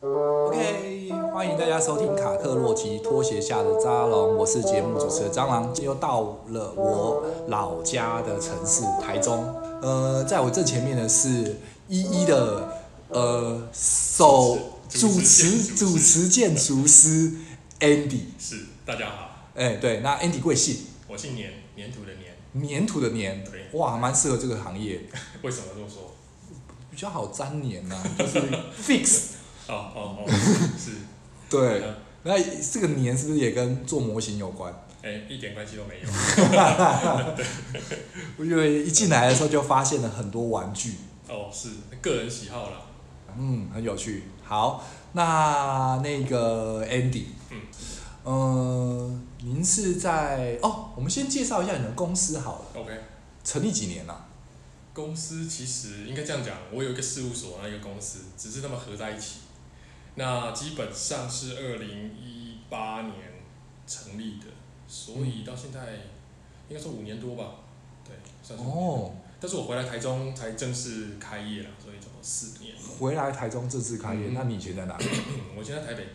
OK，欢迎大家收听卡特洛奇拖鞋下的扎龙，我是节目主持人蟑螂，又到了我老家的城市台中。呃，在我正前面的是一一的呃首主主持持主主持持建筑师 Andy，是，大家好，哎对，那 Andy 贵姓？我姓粘，粘土的粘。粘土的粘对，哇，蛮适合这个行业，为什么这么说？比较好粘黏呐、就是 fix。哦哦哦， 是，对嗯，那这个黏是不是也跟做模型有关？哎、一点关系都没有。因为一进来的时候就发现了很多玩具，哦，是个人喜好啦。嗯，很有趣。好，那那个 Andy，嗯，呃，您是在哦，我们先介绍一下你的公司好了， OK，成立几年了、公司其实应该这样讲，我有一个事务所，那一个公司，只是他们合在一起。那基本上是二零一八年成立的，所以到现在应该说五年多吧。对，算是五年。哦，但是我回来台中才正式开业啦，所以总共四年。 回来台中正式开业，嗯那你以前在哪里嗯，我现在台北。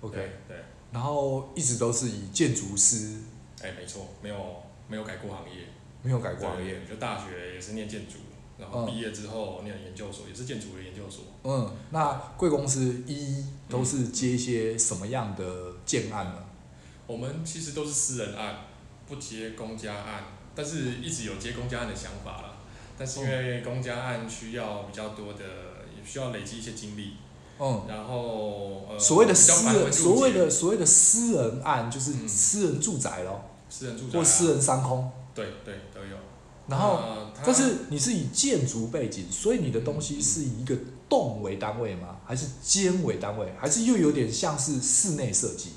？OK，对对。然后一直都是以建筑师，哎，没错，没有没有改过行业，没有改过行业。对就大学也是念建筑，然后嗯毕业之后念研究所，也是建筑的研究所。嗯，那贵公司一都是接一些什么样的建案呢？我们其实都是私人案，不接公家案，但是一直有接公家案的想法啦。嗯但是因为公家案需要比较多的，也需要累积一些经历，嗯，然后呃，所谓的比较私繁文人，缛节所谓的所谓的私人案，就是嗯私人住宅咯，私人住宅、啊、或私人商空。对对都有。然后，呃、它但是你是以建筑背景，所以你的东西是以一个栋为单位吗？还是间为单位？还是又有点像是室内设计？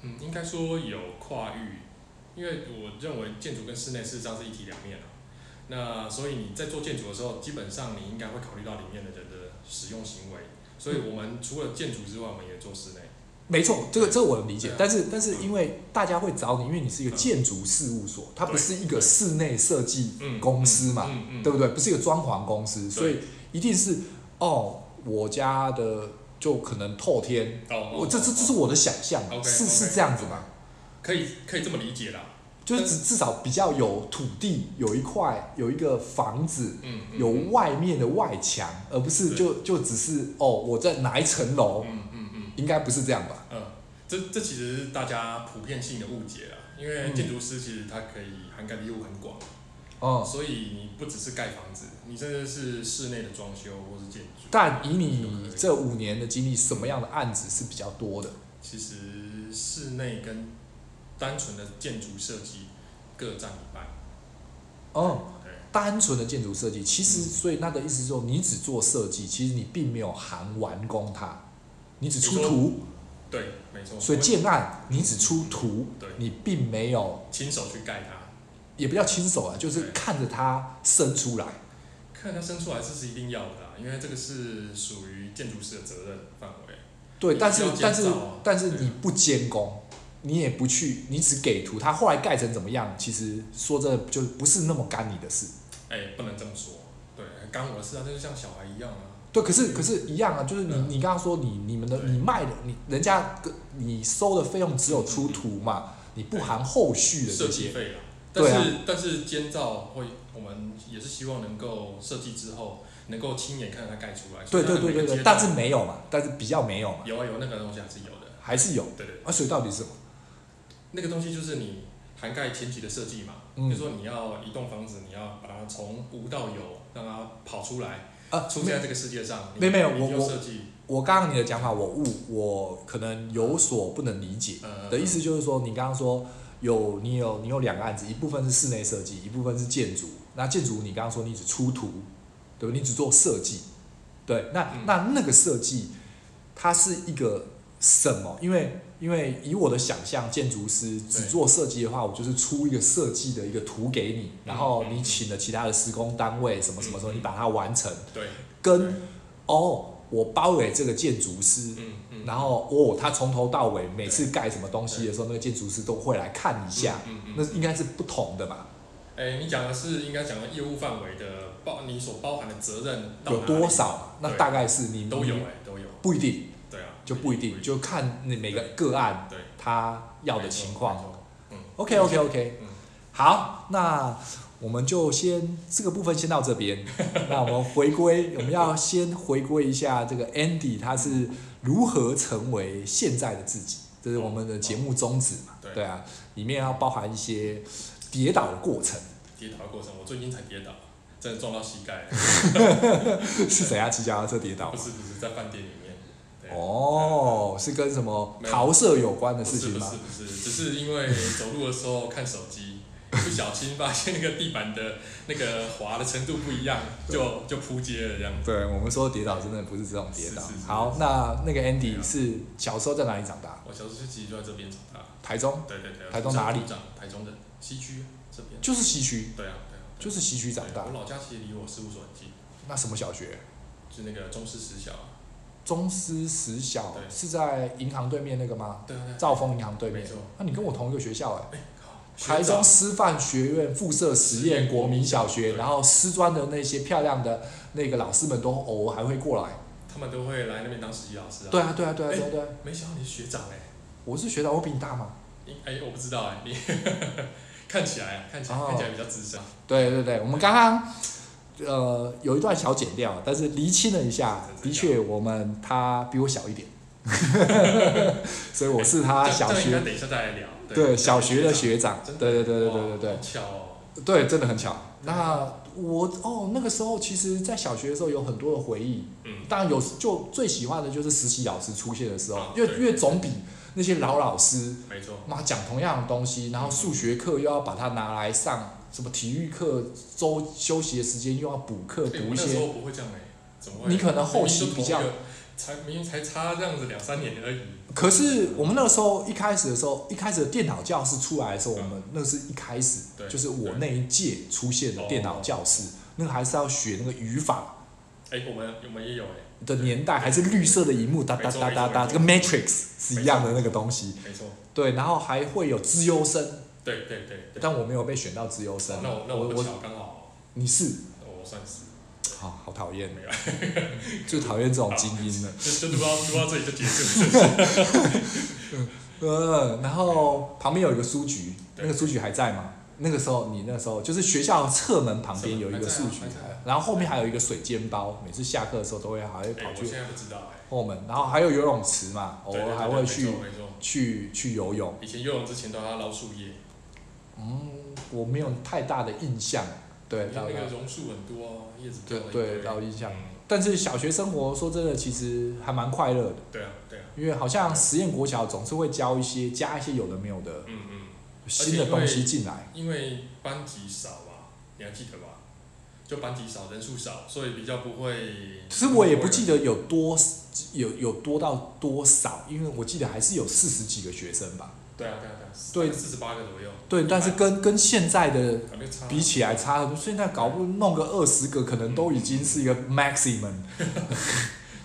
嗯，应该说有跨域，因为我认为建筑跟室内事实上是一体两面啊。那所以你在做建筑的时候，基本上你应该会考虑到里面的人的使用行为。所以我们除了建筑之外，我们也做室内。没错，这个这个我能理解对啊，但是但是因为大家会找你，因为你是一个嗯建筑事务所，它不对是一个对室内设计嗯，公司嘛，嗯嗯，对不对？不是一个装潢公司，所以一定是哦，我家的就可能透天，哦，我这这这是是我的想象啊， OK，是 OK 嗯是这样子吧？可以可以这么理解啦。就是至至少比较有土地，有一块，有一个房子，嗯，嗯有嗯外面的外墙，而不是对就就只是哦，我在哪一层楼，嗯嗯嗯应该不是这样吧？嗯，这这其实是大家普遍性的误解啦，因为嗯建筑师其实他可以涵盖的业务很广，哦，所以你不只是盖房子，你甚至是室内的装修或是建筑。但以你嗯这五年的经历，什么样的案子是比较多的？其实室内跟单纯的建筑设计各占一半。哦，对，嗯单纯的建筑设计，其实所以那个意思是说，你只做设计，其实你并没有含完工它，你只出你说图，对，没错。所以我建案你只出图，对你并没有亲手去盖它，也不叫亲手啊，就是对看着它生出来。看它生出来，这是一定要的、啊，因为这个是属于建筑师的责任范围。对，你但需是要但是建造啊但是对你不监工，你也不去，你只给图，它后来盖成怎么样，其实说真的就不是那么干你的事。哎，不能这么说，对，干我的事啊，这就像小孩一样啊。对，可是可是一样啊，就是你嗯你刚刚说你你们的对你卖的你人家跟你收的费用只有出图嘛，你不含后续的设这计些。费啦，但对是、啊但是监造会，我们也是希望能够设计之后能够亲眼看着它盖出来。对对对对对，但但是没有嘛，但是比较没有嘛，有啊有那个东西还是有的，还是有对对对。啊，所以到底是什么？那个东西就是你涵盖前期的设计嘛，嗯就说你要一栋房子，你要把它从无到有，让它跑出来，啊，出现在这个世界上。你没没有你一定要我我设计，我刚刚你的讲法我误，我可能有所不能理解。呃，的意思就是说，你刚刚说有你有你有两个案子，一部分是室内设计，一部分是建筑。那建筑你刚刚说你只出图，对不对？你只做设计，对。那、嗯那那个设计，它是一个什么？因嗯为因为以我的想象，建筑师只做设计的话，我就是出一个设计的一个图给你，然后你请了其他的施工单位什么什么什么，嗯嗯你把它完成。对，跟哦，我包给这个建筑师，嗯嗯，然后哦，他从头到尾每次盖什么东西的时候，那个建筑师都会来看一下，嗯嗯那应该是不同的吧？哎，你讲的是应该讲的业务范围的包，你所包含的责任到有哪里多少？那大概是你都有哎、都有，不一定对啊，就不一定，就看你每个个案对他要的没错情况没。错 OK OK OK，嗯好，那我们就先这个部分先到这 边。那我们回归，我们要先回归一下这个 Andy 他是如何成为现在的自己，这是我们的节目宗旨嘛？对对啊，里面要包含一些跌倒的过 程，跌倒的过程，我最近才跌倒，真的撞到膝 盖是啊了，怎样骑脚踏车跌倒不吗？是不是在饭店里面，对，哦，是跟什么没有桃色有关的不事是情不吗是？不是，只是因为走路的时候看手机，不小心发现那个地板的那个滑的程度不一样，就就扑街了这样子。对我们说跌倒真的不是这种跌倒是是。是好，那那个 Andy 对啊是小时候在哪里长大？我小时候其实就在这边长大，台中，对对对，台中哪里我是土长台中的西区啊这边。就是西区。对啊，对啊，对就是西区长大对。我老家其实离我事务所很近，那什么小学？就那个中师实小啊。中师实小对是在银行对面那个吗？对啊对啊。兆丰银行对面没错。那、你跟我同一个学校哎、哎靠台中学师范学院附设实实验验国民小学，对然后师专的那些漂亮的那个老师们都偶尔还会过来。长他们都会来那边当实习老师啊。对啊，对啊，对啊，对啊，对啊。没想到你是学长哎、我是学长，我比你大吗？你哎、我不知道哎、你 看起来啊看起来、哦看起来比较资深。对对对，我们刚刚呃有一段小剪掉，但是厘清了一下，是的是是确我们他比我小一 点，所以我是他这样小这样应该学等一下再来聊。对小学的学长长。真。的对对对对对对对哇好。巧哦。对，真的很巧。那我哦，那个时候其实，在小学的时候有很多的回忆。嗯，当然有，就最喜欢的就是实习老师出现的时候啊，因为对因为总比那些老老师没错。妈讲同样的东西，然后数学课又要把它拿来上，什么体育课周休息的时间又要补课哎我补一那时些。候不会这样哎、怎么会？你可能后期比较明明就同一个。才明明才差这样子两三年而已。可是我们那个时候一开始的时候，一开始的电脑教室出来的时候，我嗯们那是一开始对就是我对那一届出现的电脑哦教室，那个还是要学那个语法。哎、我们我们也有哎、的年代，还是绿色的荧幕，哒哒哒哒哒，没这错个 Matrix 是一样的那个东西。没错。对，然后还会有资优生，对对对对。但我没有被选到资优生。那我那我我不巧刚好，你是，我算是好好讨厌没有， 最讨厌这种精英了。就就读到读到这里就结束了。呃，然后旁边有一个书局，对那个书局还在吗？那个时候你那时候就是学校侧门旁边有一个侧书门局还在啊还在啊，然后后面还有一个水煎包，每次下课的时候都会还会哎、跑我去现在不知道哎、后门，然后还有游泳池嘛，偶对对尔对还会去没错没错。去去游泳。以前游泳之前都要捞树叶，嗯，我没有太大的印象，对，因到为那个榕树很多啊，叶子对掉了一堆对到印象。嗯但是小学生活说真的，其实还蛮快乐的，对啊对啊，因为好像实验国小总是会教一些加一些有的没有的嗯嗯，新的东西进来，因为班级少嘛，你还记得吧？就班级少，人数少，所以比较不会。可是我也不记得有多有有多到多少，因为我记得还是有四十几个学生吧，对啊对啊对啊，对四十八个左右。对，但是跟跟现在的感觉差比起来差很多，现在搞不弄个二十个，可能都已经是一个 maximum，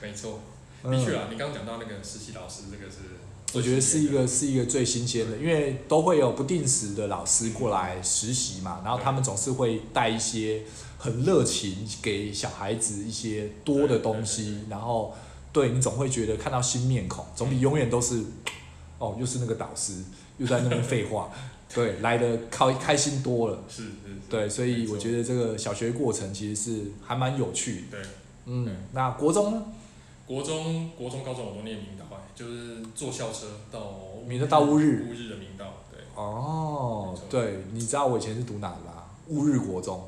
没错，嗯的确啊，你刚刚讲到那个实习老师，这个是我觉得是一个是一个最新鲜的，因为都会有不定时的老师过来实习嘛，然后他们总是会带一些很热情给小孩子一些多的东对西，然后对你总会觉得看到新面孔，总比永远都是哦又是那个导师又在那边废 话，对来的开开心多了，是是是，对，所以我觉得得这个小学过程其实是还蛮有趣的，对。对嗯，那国中呢？国中、国中、高中我都念明道、哎，就是坐校车到乌你都到乌日乌日的明道，对，哦没错，对，你知道我以前是读哪的啦？乌日国中。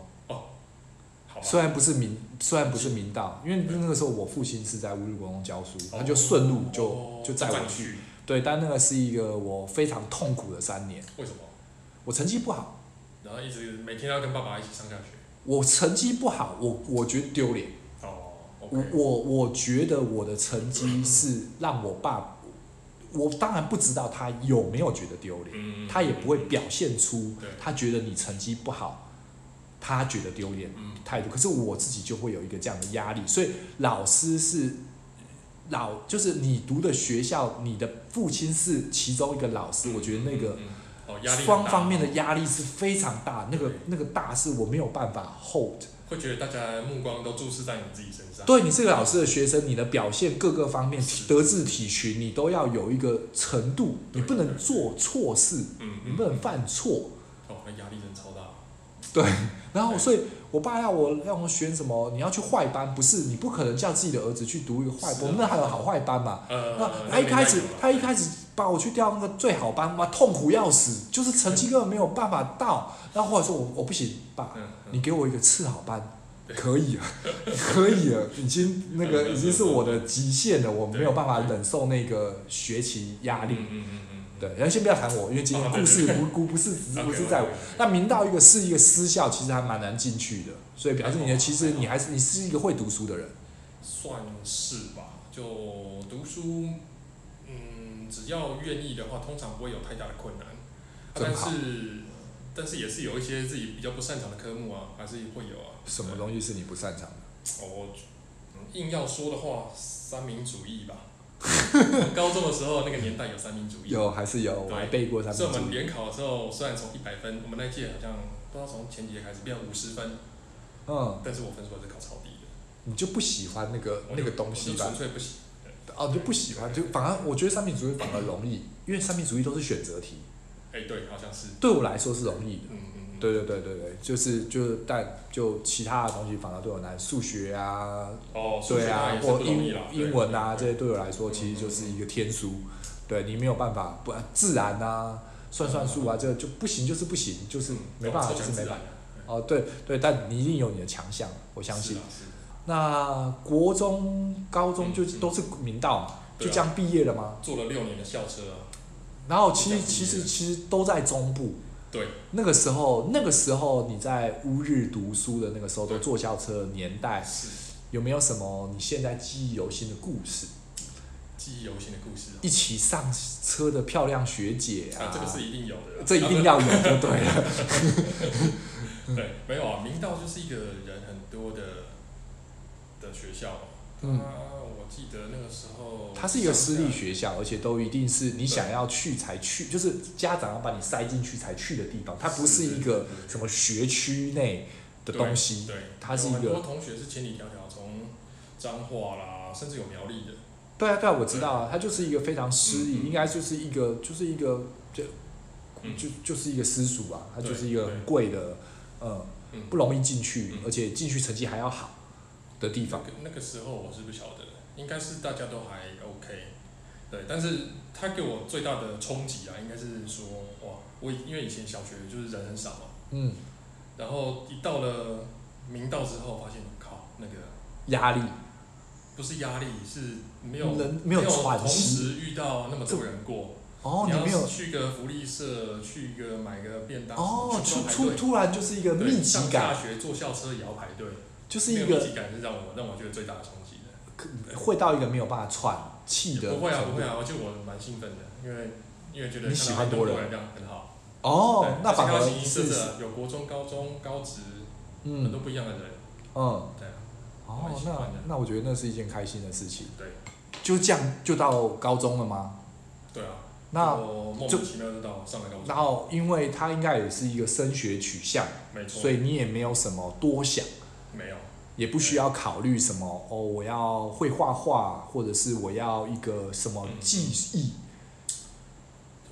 好吧，虽然不是明，虽然不是明道，因为那个时候我父亲是在乌日国中教书，哦他就顺路就、哦就载我载你去。去，对，但那个是一个我非常痛苦的三年，为什么？我成绩不好，然后一直每天要跟爸爸一起上下学，我成绩不好，我我觉得丢脸，哦，OK，我我我觉得我的成绩是让我爸我当然不知道他有没有觉得丢脸，嗯，他也不会表现出对他觉得你成绩不好，他觉得丢脸嗯，态度。可是我自己就会有一个这样的压力，所以老师是老，就是你读的学校，你的父亲是其中一个老师，我觉得那个嗯嗯哦压力很大双方面的压力是非常大，那个对那个大是我没有办法 hold。会觉得大家目光都注视在你自己身上。对你是个老师的学生，你的表现各个方面是德智体群，你都要有一个程度，你对不能对做错事，嗯，你嗯不能犯错。哦，那压力真的超大。然后，对所以我爸要我让我选什么，你要去坏班，不是你不可能叫自己的儿子去读一个坏班，是啊我们那还有好坏班嘛。那呃，他一开始那个压力他一开始把我去调那个最好班，妈痛苦要死，就是成绩根本没有办法到。然后后来说我我不行，爸，嗯嗯，你给我一个次好班，对可以啊， 可以啊，已经那个已经是我的极限了，我对没有办法忍受那个学习压力。嗯嗯嗯嗯嗯，对，然后先不要谈我，因为今天哦故事无辜不是只不是在我。那明道一个是一个私校，其实还蛮难进去的，所以表示你的其实你还是你是一个会读书的人。算是吧，就读书，嗯，只要愿意的话，通常不会有太大的困难。啊真但好是，但是也是有一些自己比较不擅长的科目啊，还是会有啊。什么东西是你不擅长的？哦我嗯硬要说的话，三民主义吧。 高中的时候那个年代有三民主义，有还是有？我还背过三所以本我们书。联考的时候，虽然从一百分，我们那一届好像不知道从前几届开始变五十分，嗯，但是我分数还是考超低的。你就不喜欢那个我那就个东我西就吧纯？粹不喜。哦，你就不喜欢，就反而我觉得三民主义反而容易，因为三民主义都是选择题，哎、对，好像是。对我来说是容易的。嗯嗯嗯。对对对对对，就是就是，但就其他的东西反而对我难，数学啊，哦，数学对当然啊也，是或不容易英啦对英文啊这对些对我来说其实就是一个天书，对你没有办法不自然啊，算算数啊，这就不行就是不行，就是嗯没办法超就是强自没然办法。的哦，对对，但你一定有你的强项，我对相信是。啊是啊那国中、高中就嗯嗯都是明道嘛，就对啊这样毕业了吗？坐了六年的校车啊，然后其实就这样毕业其实其实都在中部，对，那个时候，那个时候你在乌日读书的那个时候，都对坐校车的年代，是有没有什么你现在记忆犹新的故事？记忆犹新的故事啊。一起上车的漂亮学姐啊，这个是一定有的啦。哎这一定要有，就对 了。嗯对，没有啊，明道就是一个人很多的的学校嘛。嗯啊，我记得那个时候它是一个私立上下，学校，而且都一定是你想要去才去，就是家长要把你塞进去才去的地方，它不是一个什么学区内的东西。对，它是有一个很多同学是千里迢迢从彰化啦，甚至有苗栗的，对啊，对啊，我知道啊，它就是一个非常私立，嗯嗯应该就是一个就是一个就嗯就就是一个私塾吧，它对就是一个很贵的，嗯，嗯，不容易进去嗯，而且进去成绩还要好的地方那。个那个时候我是不晓得，应该是大家都还 OK，对，但是他给我最大的冲击啊，应该是说哇，我以因为以前小学就是人很少嘛，嗯，然后一到了明道之后，发现靠那个压力不是压力，是没有人没没有喘同息时遇到那么多人过，哦，你你要没有是去个福利社，去一个买个便当，哦，什出么出全部都排队突然就是一个对密集上感，大学坐校车也要排队，就是一那密个集感是让我让我觉得最大的冲击的。会到一个没有办法喘气的不会啊，程不度会啊，我就我蛮兴奋的，因为因为觉得你看喜到欢那么多多人这样很好。哦对，那而且反看而到形形色是色有国中、高中、高职，很嗯多不一样的人。嗯对啊，我哦蛮，喜欢那的那我觉得那是一件开心的事情。对，就这样就到高中了吗？对啊。那我莫就名其妙就到上海高然中，后因为它应该也是一个升学取向，没错，所以你也没有什么多想。没有，也不需要考虑什么哦，我要会画画，或者是我要一个什么嗯技艺，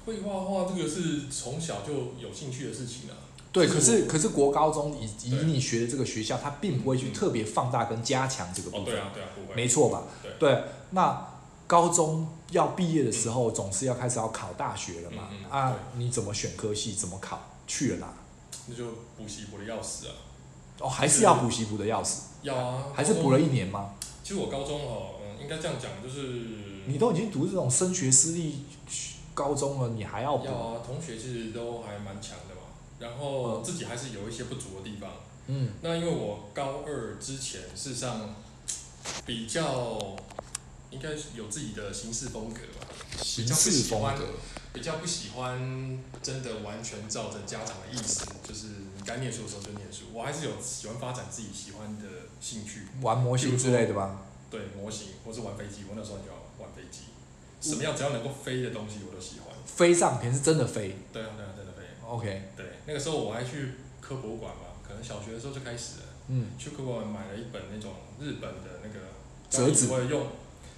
会画画这个是从小就有兴趣的事情啊。对，就可是是可是国高中以以对你学的这个学校，它并不会去嗯特别放大跟加强这个哦部，分，对啊，对啊，不会。没错吧？对对，那高中要毕业的时候，总是要开始要考大学了嘛嗯？嗯啊，你怎么选科系？怎么考？哦去了哪？那就补习补的要死啊，哦，还是要补习补的要死，要啊，还是高补中了一。年吗？其实我高中哦，嗯，应该这样讲，就是你都已经读这种升学私立高中了，你还要补要？啊，同学其实都还蛮强的嘛，然后自己还是有一些不足的地方。嗯那因为我高二之前事实上比较应该是有自己的行事风格吧，形式风格，比较不喜欢真的完全照着家长的意思，就是你该念书的时候就念书。我还是有喜欢发展自己喜欢的兴趣，玩模型之类的吧？对模型或是玩飞机，我那时候很喜欢玩飞机，什么样只要能够飞的东西我都喜欢。飞上天是真的飞对啊，对啊，真的飞。 ，OK，对，那个时候我还去科博物馆嘛，可能小学的时候就开始了，嗯，去科博物馆买了一本那种日本的那个折纸我用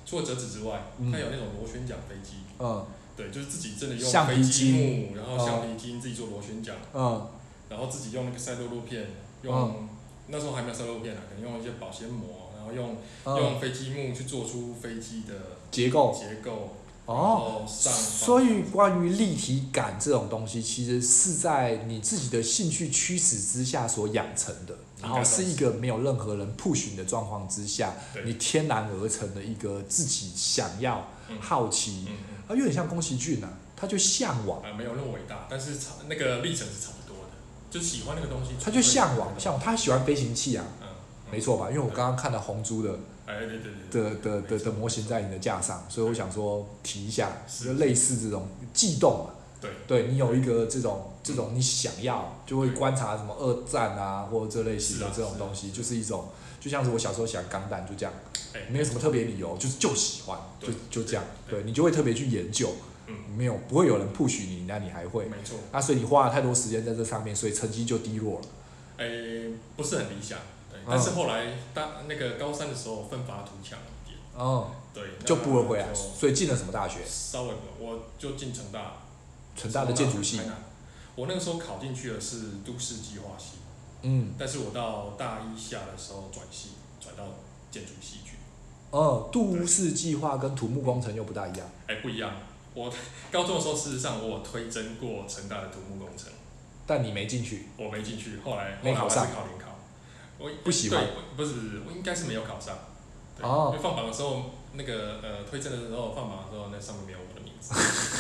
除了折纸之外，嗯它有那种螺旋桨飞机，嗯对，就是自己真的橡用皮飞机筋木，然后哦橡皮筋自己做螺旋桨，嗯然后自己用那个赛璐璐片，用、那时候还没有赛璐璐片啊，可能用一些保鲜膜，然后用、嗯，用飞机木去做出飞机的结构结构，哦。然后上方嗯所以，关于立体感这种东西，其实是在你自己的兴趣驱使之下所养成的，然后是一个没有任何人 push 你的状况之下，对你天然而成的一个自己想要、嗯好奇，嗯啊，有点像宫崎骏啊，他就向往嗯，，啊没有那么伟大，但是差那个历程是差不多的，就喜欢那个东西，他就向往，向往，他喜欢飞行器啊，嗯，嗯没，错吧？因为我刚刚看了红猪的哎对对对对，的的的的模型在你的架上，所以我想说提一下，是就类似这种悸动嘛。啊对对你有一个这嗯种这种你想要，就会对观察什么二战啊，或者这类型的是啊这种是啊东西，就是一种，就像是我小时候喜欢钢弹，就这样哎，没有什么特别理由，就是就喜欢，就对就这样，对对你就会特别去研究，嗯，没有不会有人 push 你，那你还会，没错，啊，所以你花了太多时间在这上面，所以成绩就低落了。哎不是很理想，对嗯，但是后来大那个高三的时候奋发图强一点，哦，对，就不会那回来，就所以进了什么大学？稍微不我就进成大了。成大的建筑系台，南哎我那个时候考进去的是都市计划系，嗯，但是我到大一下的时候转系，转到建筑系去。哦，都市计划跟土木工程又不大一样，哎，不一样。我高中的时候，事实上我有推甄过成大的土木工程，但你没进去，我没进去。后来后没来我考还上是考联考，我不喜欢对，我不是我应该是没有考上。对哦因为放榜的时候，那个呃推甄的时候放榜的时候，那上面没有我的名字。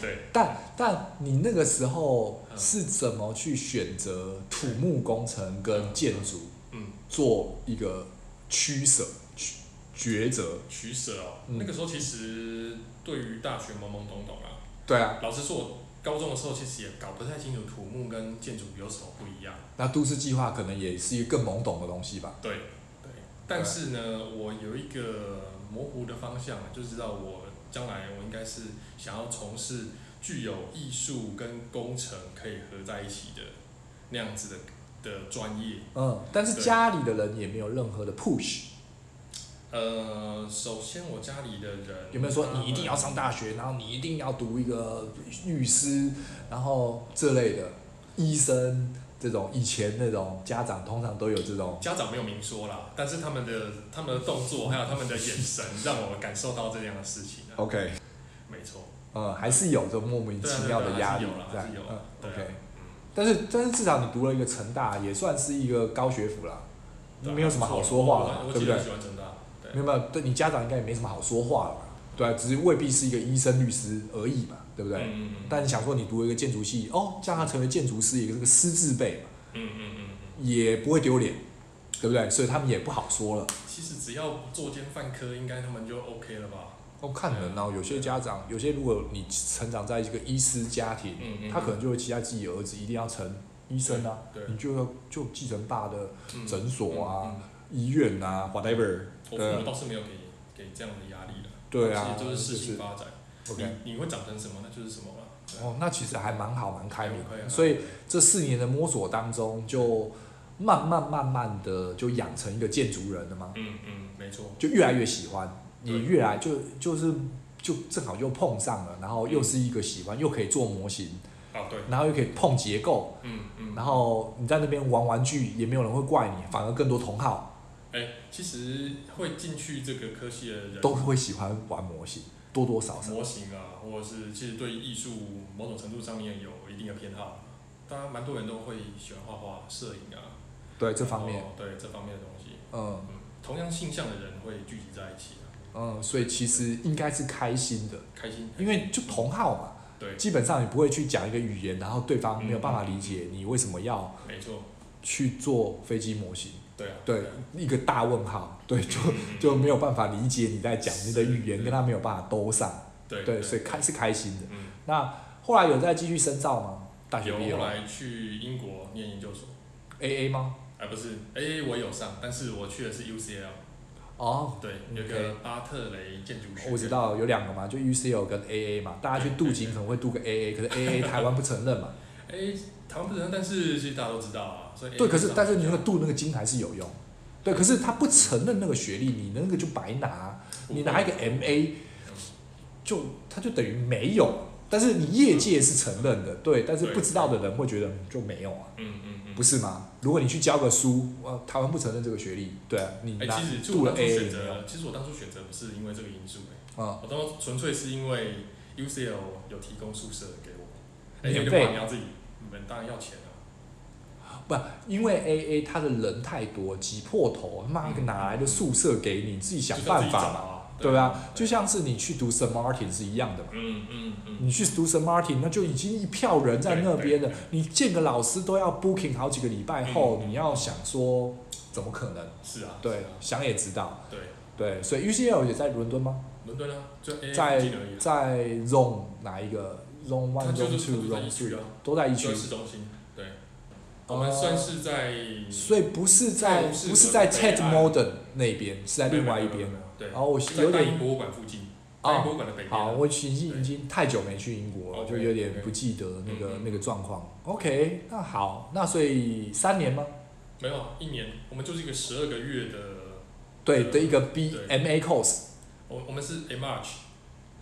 对，但但你那个时候嗯是怎么去选择土木工程跟建筑嗯，做一个取舍、取抉择？取舍哦。嗯那个时候其实对于大学懵懵懂懂啊，对啊，老实说，我高中的时候其实也搞不太清楚土木跟建筑有什么不一样。那都市计划可能也是一个更懵懂的东西吧。对，对。但是呢，我有一个模糊的方向，就知道我将来我应该是想要从事具有艺术跟工程可以合在一起的那样子的的专业。嗯，但是对家里的人也没有任何的 push，呃，首先我家里的人有没有说他们你一定要上大学，然后你一定要读一个律师，然后这类的医生这种？以前那种家长通常都有这种家长没有明说啦，但是他们的他们的动作还有他们的眼神，让我感受到这样的事情啊。 ，OK，没错，呃，还是有这莫名对啊其对妙啊对啊的压还是力有啦，在还是有啦嗯对啊，OK。嗯。但是但是至少你读了一个成大，也算是一个高学府啦，对啊没有什么好说话我了，对我不其实对很？喜欢成大，对没有没有，对你家长应该也没什么好说话了，对啊，只是未必是一个医生、律师而已嘛，对不对？嗯嗯嗯但你想说你读了一个建筑系，哦，这样他成为建筑师，也是个师字辈嘛，嗯嗯嗯嗯。也不会丢脸，对不对？所以他们也不好说了。其实只要作奸犯科，应该他们就 OK 了吧？哦，看人啊，有些家长，有些如果你成长在一个医师家庭，嗯嗯他可能就会期待自己的儿子一定要成医生啊，对对你就要就继承爸的嗯诊所啊、嗯嗯医院啊，whatever，我对父啊母倒是没有给给这样的压力的，对啊其实就是事就是情发展， ，OK。你你会长成什么，那就是什么了。对哦，那其实还蛮好，蛮开明还 OK 的。啊所以这四年的摸索当中，就慢慢慢慢的就养成一个建筑人了嘛，嗯嗯，没错，就越来越喜欢，对也越来就就是就正好又碰上了，然后又是一个喜欢，又可以做模型，啊对，然后又可以碰结构，嗯嗯，然后你在那边玩玩具，也没有人会怪你，反而更多同好哎，其实会进去这个科系的人，都会喜欢玩模型，多多少少。模型啊，或者是其实对艺术某种程度上面有一定的偏好，当然蛮多人都会喜欢画画、摄影啊对这方面，然后对这方面的东西，嗯嗯，同样性向的人会聚集在一起啊，嗯，所以其实应该是开心的，开心，因为就同好嘛，对，基本上你不会去讲一个语言，然后对方没有办法理解你为什么要没错，去做飞机模型，对啊，对啊，一个大问号， 对，就嗯就没有办法理解你在讲是你的语言，跟他没有办法兜上，对对，所以开是开心的。嗯，那后来有再继续深造吗？大学毕业有后后来去英国念研究所， ，A A 吗？哎，不是，A 我有上，但是我去的是 UCL，哦，对，有一个巴特雷建筑学院，我知道有两个嘛，就 U C L 跟 A A 嘛，大家去镀金可能会镀个 A A，可是 A A 台湾不承认嘛，哎，台湾不承认，但是其实大家都知道啊，所以 A 对，可是但是你那个会镀那个金还是有用，对，可是他不承认那个学历，你那个就白拿，你拿一个嗯 M A，就他就等于没有，但是你业界是承认的，对，但是不知道的人会觉得嗯就没有啊，嗯嗯嗯，不是吗？如果你去教个书，呃，台湾不承认这个学历，对啊，你哎、拿其实其实镀我了当初 A 选也没有择，其实我当初选择不是因为这个因素、哎，啊，我当初纯粹是因为 UCL 有提供宿舍给我，哎、免有费点话你要自己，你们当然要钱啊，不，因为 A A 他的人太多，挤破头，他妈嗯哪来的宿舍给你自己想就是要自办己法找嘛，啊，对啊，就对像是你去读 St. Martin 是一样的嘛。嗯嗯嗯，你去读 St. Martin，那就已经一票人在那边了对对。你见个老师都要 booking 好几个礼拜后，嗯你要想说，怎么可能？是啊，嗯对是，啊想也知道。对，对，所以 UCL 也在伦敦吗？伦敦啊，就 A 在附近而已啊，在 Zone 哪一个？Zone 它 One、就 Zone 是 Two、住在 Zone 一区 Three 啊，都在一就区在，市中心，对，哦我们算是在，所以不是在不是不是在北 Ted 岸 Modern 那边，是在没有另外一，没边有没有没。有没有对，然后我有在大英点博物馆附近，大英啊博，物馆的北边啊、好，我已经已对经太久没去英国了， OK，就有点 OK 不记得那个嗯嗯那个状况。OK，那好，那所以三年吗？没有啊，一年，我们就是一个十二个月的，对对的一个 B 对 M A course，我我们是 M Arch，M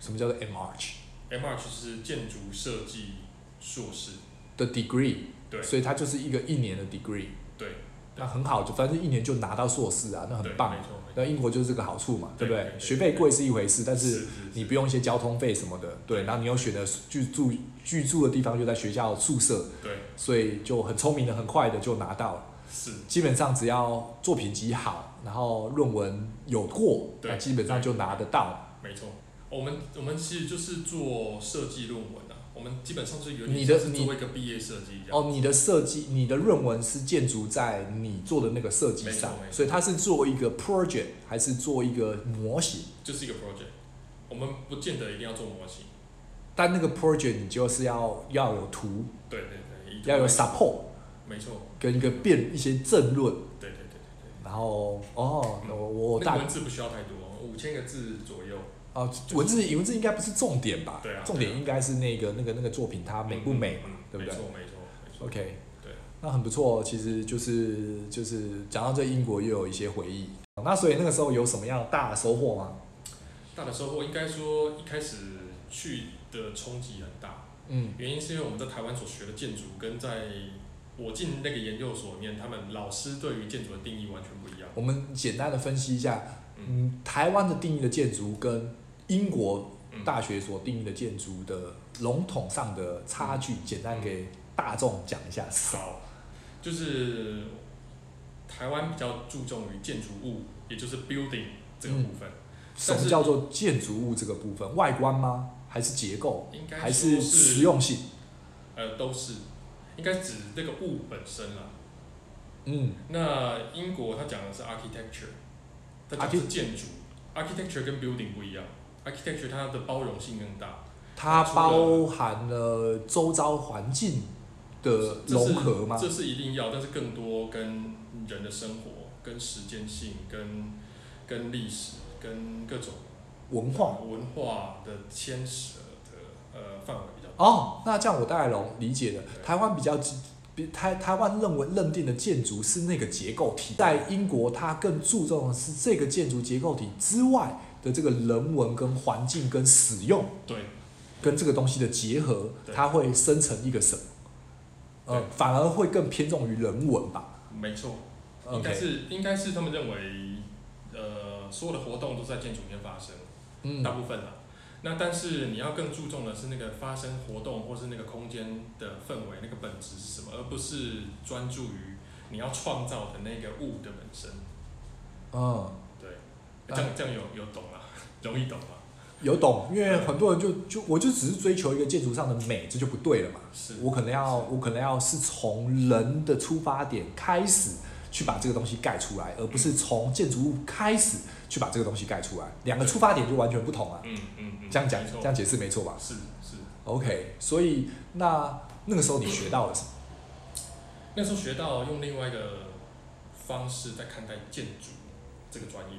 什么叫做 M Arch Arch 是建筑设计硕士，的 degree，对所以它就是一个一年的 degree，对，那很好，就反正一年就拿到硕士啊，那对很棒没。错没错，那英国就是这个好处嘛，对对不对对？对学费贵是一回事，但是你不用用一些交通费什么的，对。对然后你又选择居住居住的地方就在学校宿舍，对所以就很聪明的、很快的就拿到了。是基本上只要作品集好，然后论文有过，对那基本上就拿得到。没错，我们我们其实就是做设计论文啊，我们基本上是有你点的像是你做一个毕业设计这样，哦，你的设计，你的论文是建筑在你做的那个设计上没错没，错所以它是做一个 project 还是做一个模型？就是一个 project，我们不见得一定要做模型，但那个 project 你就是要要有图，对对对，以图要有为主 support 没错，跟一个辩一些政论，对对对对然后哦，嗯我我对，那个大文字不需要太多，五千个字左右，哦文字文字应该不是重点吧？对啊重点应该是那个那个那个作品它美不美嘛嗯，对哦不对没错没错没错， ？OK，对。那很不错，其实就是就是讲到这英国又有一些回忆。那所以那个时候有什么样大的收获吗？大的收获应该说一开始去的冲击很大，嗯，原因是因为我们在台湾所学的建筑跟在我进那个研究所里面，他们老师对于建筑的定义完全不一样。我们简单的分析一下，嗯，台湾的定义的建筑跟英国嗯大学所定义的建筑的笼统上的差距，简单给大众讲一下。嗯好，就是台湾比较注重于建筑物，也就是 building 这个部分，什么叫做建筑物这个部分？外观吗？还是结构？应该嗯还说是实用性？呃都是，应该指那个物本身啦。嗯，那英国它讲的是 architecture，它啊讲的是建筑，architecture 跟 building 不一样，architecture 它的包容性更大，它除了包含了周遭环境的这是融合吗？这是一定要，但是更多跟人的生活、跟时间性、跟跟历史、跟各种文化？文化的牵扯的呃范围比较哦，那这样我大概容理解了。对台湾比较比台台湾认为认定的建筑是那个结构体，在英国它更注重的是这个建筑结构体之外的这个人文跟环境跟使用对跟这个东西的结合，对它会生成一个什么？呃对，反而会更偏重于人文吧。没错，应该 OK，是应该是他们认为呃所有的活动都在建筑里面发生，嗯大部分啦。那但是你要更注重的是那个发生活动或是那个空间的氛围，那个本质是什么，而不是专注于你要创造的那个物的本身。嗯，对，这样这样有有懂吗？容易懂吗？有懂，因为很多人就就我就只是追求一个建筑上的美，这就不对了嘛。是，我可能要，我可能要是从人的出发点开始去把这个东西盖出来，而不是从建筑物开始去把这个东西盖出来，两个出发点就完全不同啊。嗯嗯嗯，这样讲没，错这样解释没错吧是是。 ？OK，所以那那个时候你学到了什么？那时候学到用另外一个方式在看待建筑这个专业，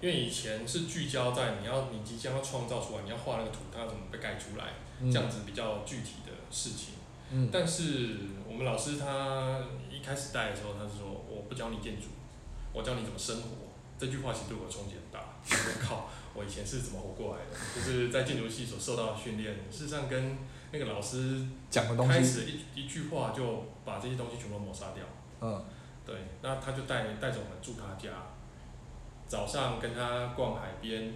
因为以前是聚焦在你要你即将要创造出来，你要画那个图，它要怎么被盖出来，这样子比较具体的事情。嗯，嗯，但是我们老师他一开始带的时候，他是说我不教你建筑，我教你怎么生活。这句话其实对我冲击很大。 我靠，我以前是怎么活过来的？就是在建筑系所受到的训练，事实上跟那个老师讲的东开西，始一一句话就把这些东西全部抹杀掉。嗯对，那他就带带着我们住他家，早上跟他逛海边，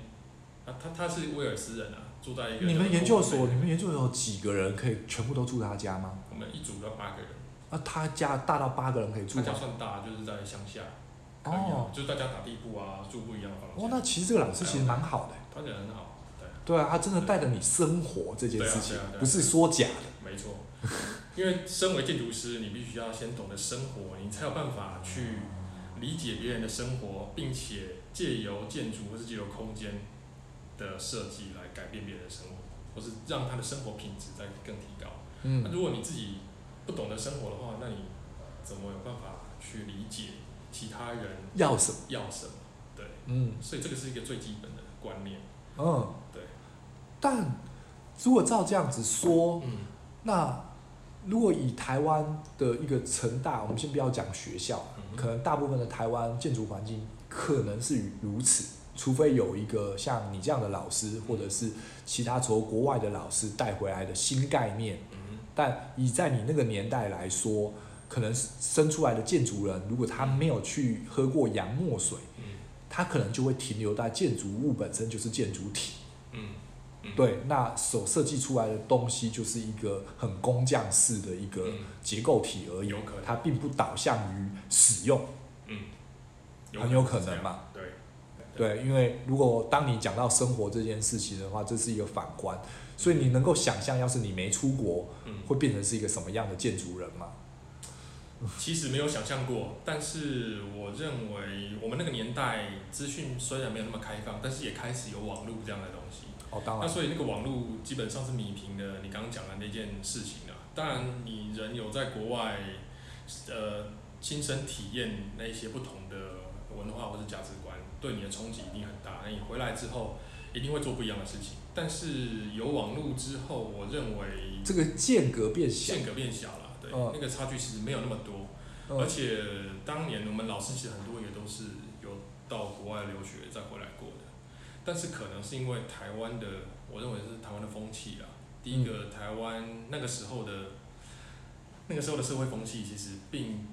啊，他他是威尔斯人啊，住在一个你们研究所，我你们研究所有几个人可以全部都住他家吗？我们一组要八个人，那他家大到八个人可以住他家吗？算大，就是在乡下，可以啊哦，，就是大家打地铺啊，住不一样的房哦间，，那其实这个老师其实蛮好的、他人很好，对，对啊，他真的带着你生活这件对啊事情对啊，对啊不是说假的。没错，因为身为建筑师，你必须要先懂得生活，你才有办法去理解别人的生活，并且借由建筑或是借由空间的设计来改变别人的生活，或是让他的生活品质再更提高。那嗯，如果你自己不懂得生活的话，那你怎么有办法去理解其他人要什么？要什么？对，嗯所以这个是一个最基本的观念。嗯，对。但如果照这样子说，嗯那如果以台湾的一个成大，我们先不要讲学校，嗯可能大部分的台湾建筑环境可能是如此，除非有一个像你这样的老师，或者是其他从国外的老师带回来的新概念。嗯但以在你那个年代来说，可能生出来的建筑人，如果他没有去喝过洋墨水，嗯他可能就会停留在建筑物本身就是建筑体。嗯，嗯，对，那所设计出来的东西就是一个很工匠式的一个嗯结构体而已有可能，它并不导向于使用。嗯，很有可是这能样嘛？对，对，因为如果当你讲到生活这件事情的话，这是一个反观，所以你能够想象，要是你没出国，嗯，会变成是一个什么样的建筑人吗？其实没有想象过，但是我认为我们那个年代资讯虽然没有那么开放，但是也开始有网络这样的东西。哦，当那然，所以那个网络基本上是弥平了你刚刚讲的那件事情啊。当然，你人有在国外，呃，亲身体验那一些不同的文化或者价值观，对你的冲击一定很大。那你回来之后，一定会做不一样的事情。但是有网络之后，我认为这个间隔变小，间隔变小了，对，嗯那个差距其实没有那么多。而嗯且当年我们老师其实很多也都是有到国外留学再回来过的，但是可能是因为台湾的，我认为是台湾的风气啦。第嗯一个，台湾那个时候的那个时候的社会风气其实并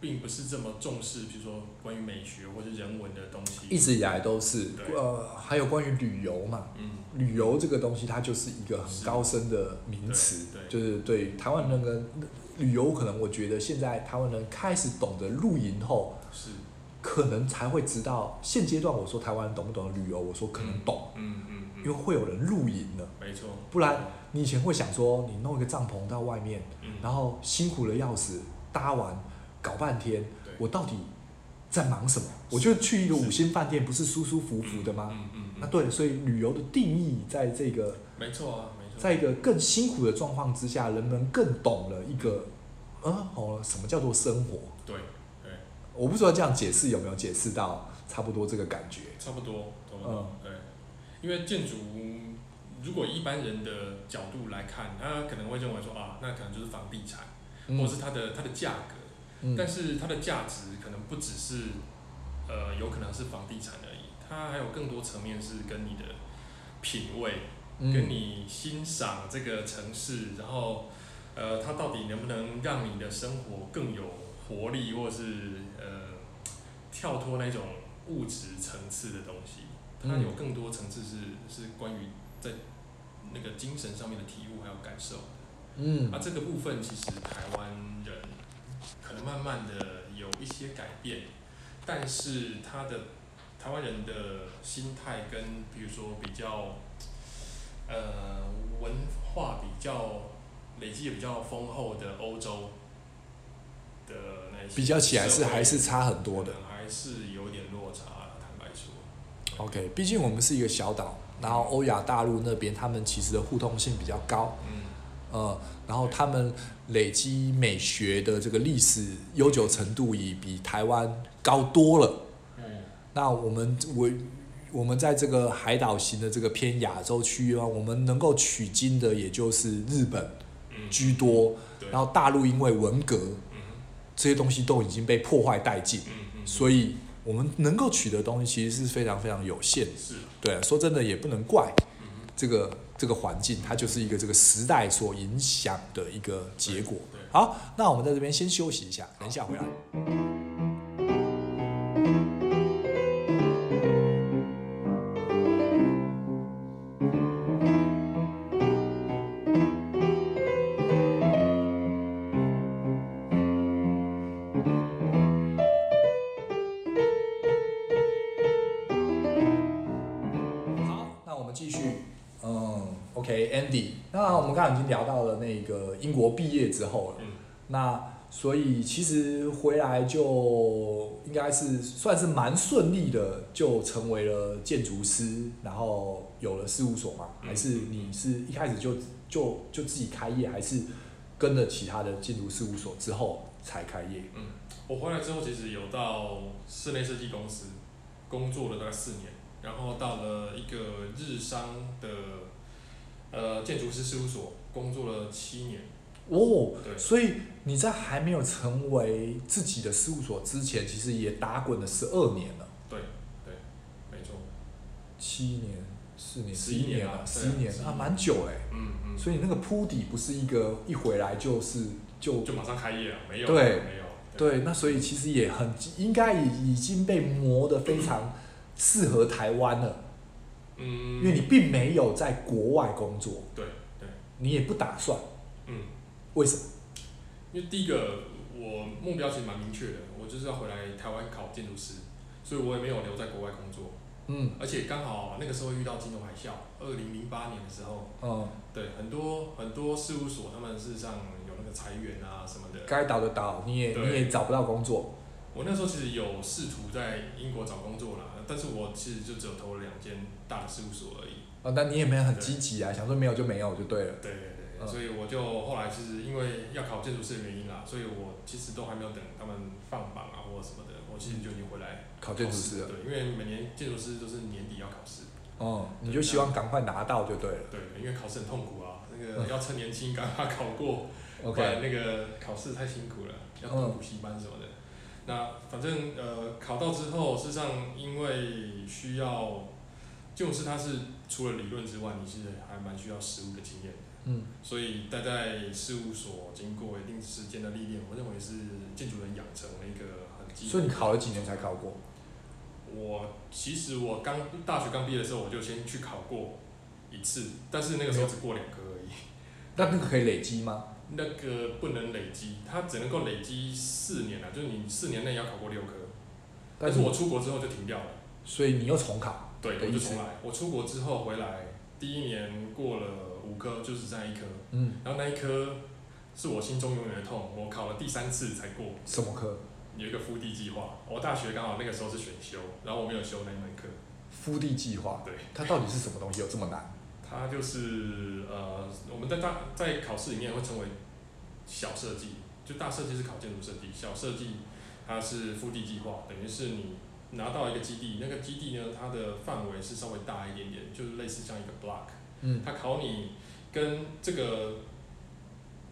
并不是这么重视，比如说关于美学或者人文的东西。一直以来都是，对呃，还有关于旅游嘛，嗯，旅游这个东西它就是一个很是高深的名词，对对就是对台湾人跟旅游，可能我觉得现在台湾人开始懂得露营后，是，可能才会知道现阶段我说台湾人懂不懂旅游，我说可能懂，嗯嗯因为嗯，会哦有人露营了。没错。不然，你以前会想说，你弄一个帐篷到外面，嗯，然后辛苦的要死，搭完搞半天，对我到底在忙什么？我就去一个是五星饭店，不是舒舒服服的吗？嗯嗯那嗯，对，所以旅游的定义，在这个没错啊，没错。在一个更辛苦的状况之下，人们更懂了一个，啊，哦，什么叫做生活？对对。我不知道这样解释有没有解释到差不多这个感觉。差不多，差不多，对，因为建筑如果一般人的角度来看，他可能会认为说啊，那可能就是房地产，或者是它的它的价格，嗯但是它的价值可能不只是呃，有可能是房地产而已，它还有更多层面是跟你的品味，嗯跟你欣赏这个城市，然后呃，它到底能不能让你的生活更有活力，或是呃跳脱那种物质层次的东西？它嗯有更多层次是是关于在那个精神上面的体悟还有感受。啊嗯那、这个部分其实台湾人可能慢慢的有一些改变，但是他的台湾人的心态跟比如说比较呃文化比较累积也比较丰厚的欧洲的那还是比较起来是社会还是差很多的。可能还是有点落差啦。坦白说， OK，毕竟我们是一个小岛，然后欧亚大陆那边他们其实的互通性比较高，嗯，呃，然后他们累积美学的这个历史悠久程度也比台湾高多了。嗯，那我们我我们在这个海岛型的这个偏亚洲区域啊，我们能够取经的也就是日本嗯，居多，对，然后大陆因为文革嗯这些东西都已经被破坏殆尽，嗯嗯，所以我们能够取得的东西其实是非常非常有限的。是，对啊、说真的也不能怪嗯哼，这个这个环境，它就是一个这个时代所影响的一个结果对对。好，那我们在这边先休息一下，等一下回来。好，那我们继续。嗯，OK，Andy，、那我们刚刚已经聊到了那个英国毕业之后了，嗯那所以其实回来就应该是算是蛮顺利的，就成为了建筑师，然后有了事务所嘛？嗯还是你是一开始就就就自己开业，还是跟着其他的建筑事务所之后才开业？嗯，我回来之后其实有到室内设计公司工作了大概四年，然后到了一个日商的呃建筑师事务所工作了七年，哦，对，所以你在还没有成为自己的事务所之前，其实也打滚了十二年了，没错，七年、四年、 11年了，啊十一对年啊11啊，年蛮久哎、嗯嗯，所以那个铺底不是一个一回来就是就就马上开业了，没有，对没有，对，那所以其实也很应该已已经被磨得非常适合台湾了，嗯，因为你并没有在国外工作，对对，你也不打算，嗯。为什么？因为第一个我目标其实蛮明确的，我就是要回来台湾考建筑师，所以我也没有留在国外工作，嗯而且刚好那个时候遇到金融海啸，二零零八年的时候，嗯，对很多很多事务所他们事实上有那个裁员啊什么的，该倒的倒，你也对你也找不到工作，我那时候其实有试图在英国找工作啦，但是我其实就只有投了两间大的事务所而已，啊，那你也没有很对积极啊，想说没有就没有就对了。对对对，嗯所以我就后来就是因为要考建筑师的原因啦，所以我其实都还没有等他们放榜啊或者什么的，我其实就已经回来。考嗯哦建筑师啊了，对，因为每年建筑师都是年底要考试，哦、你就希望赶快拿到就对了。对，因为考试很痛苦啊，那嗯个要趁年轻赶快考过，不 OK，嗯然那个考试太辛苦了，要读补习班什么的。那反正呃，考到之后，事实上因为需要，建筑师他是除了理论之外，你是还蛮需要实务的经验的。嗯，所以待在事务所经过一定时间的历练，我认为是建筑人养成了一个很基本的。所以你考了几年才考过？我其实我刚大学刚毕业的时候，我就先去考过一次，但是那个时候只过两科而已。那那个可以累积吗？那个不能累积，它只能够累积四年啊，就是你四年内要考过六科。但是你我出国之后就停掉了，所以你又重考，对，的我意就思重来。我出国之后回来，第一年过了五科，就只占一科，嗯，然后那一科是我心中永远的痛，我考了第三次才过。什么科？有一个复地计划，我大学刚好那个时候是选修，然后我没有修那一门课。复地计划，对，它到底是什么东西？有这么 难？它就是呃，我们在大在考试里面会称为小设计，就大设计是考建筑设计，小设计它是腹地计划，等于是你拿到一个基地，那个基地呢，它的范围是稍微大一点点，就是类似像一个 block，嗯它考你跟这个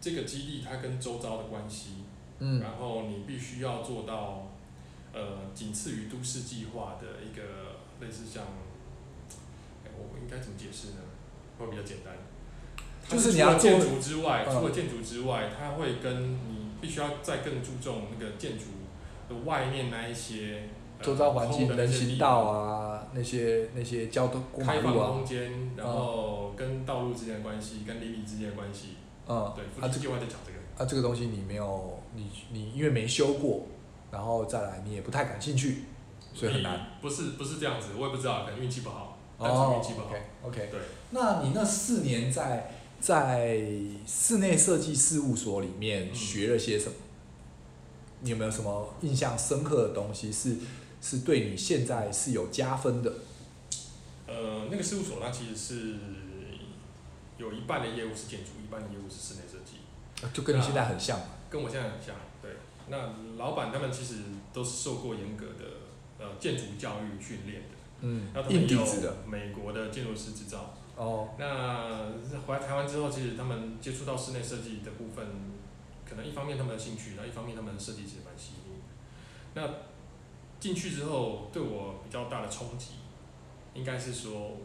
这个基地它跟周遭的关系，嗯然后你必须要做到，呃，仅次于都市计划的一个类似像，哎我应该怎么解释呢？会比较简单。它就是你除了要做建筑之外，嗯除了建筑之外，它会跟你必须要再更注重那个建筑的外面那一些、呃、周遭环境、空的那人些地行道啊，那些那些交通过马开放路啊，空间，然后跟道路之间的关系，跟邻里之间的关系，嗯，对，啊附这近个计划在讲这个。啊这个东西你没有，你你因为没修过，然后再来你也不太感兴趣，所以很难。。不是不是这样子，我也不知道，可能运气不好，单纯哦运气不好。 ，OK OK，对。那你那四年在在室内设计事务所里面嗯学了些什么？你有没有什么印象深刻的东西是是对你现在是有加分的？呃，那个事务所它其实是有一半的业务是建筑，一半的业务是室内设计，就跟你现在很像嘛。跟我现在很像。对，那老板他们其实都是受过严格的呃建筑教育训练的，嗯那，他硬们底子有的美国的建筑师执照。哦，那回来台湾之后，其实他们接触到室内设计的部分，可能一方面他们的兴趣，然后一方面他们的设计其实蛮细腻。那进去之后，对我比较大的冲击，应该是说我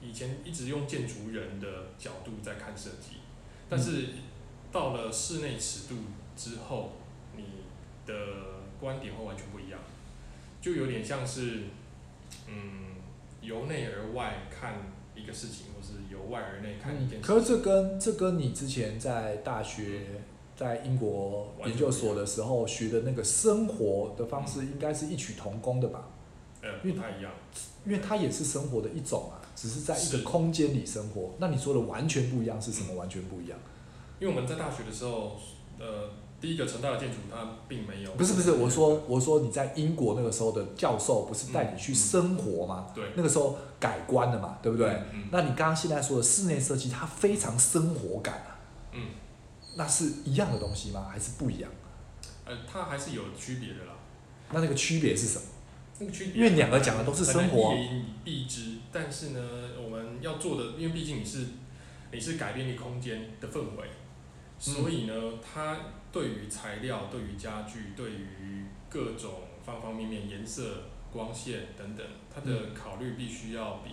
以前一直用建筑人的角度在看设计，但是到了室内尺度之后，你的观点会完全不一样，就有点像是嗯由内而外看一个事情，或是由外而内看一件嗯事情。可是这跟这跟你之前在大学在英国研究所的时候学的那个生活的方嗯式，应该是异曲同工的吧？呃不太一样。因为它也是生活的一种啊，只是在一个是嗯空间里生活。那你说的完全不一样是什么？完全不一样？因为我们在大学的时候，呃，第一个成大的建筑它并没有。不是不是，我说我说你在英国那个时候的教授不是带你去生活吗？嗯对那个时候改观了嘛，对不对？嗯那你刚刚现在说的室内设计，它非常生活感啊，嗯，那是一样的东西吗？还是不一样？呃，它还是有区别的啦。那那个区别是什么？那个区别，因为两个讲的都是生活啊很难一言嗯以蔽之，但是呢，我们要做的，因为毕竟你是你是改变一个空间的氛围，所以呢，它对于材料、对于家具、对于各种方方面面、颜色、光线等等，它的考虑必须要比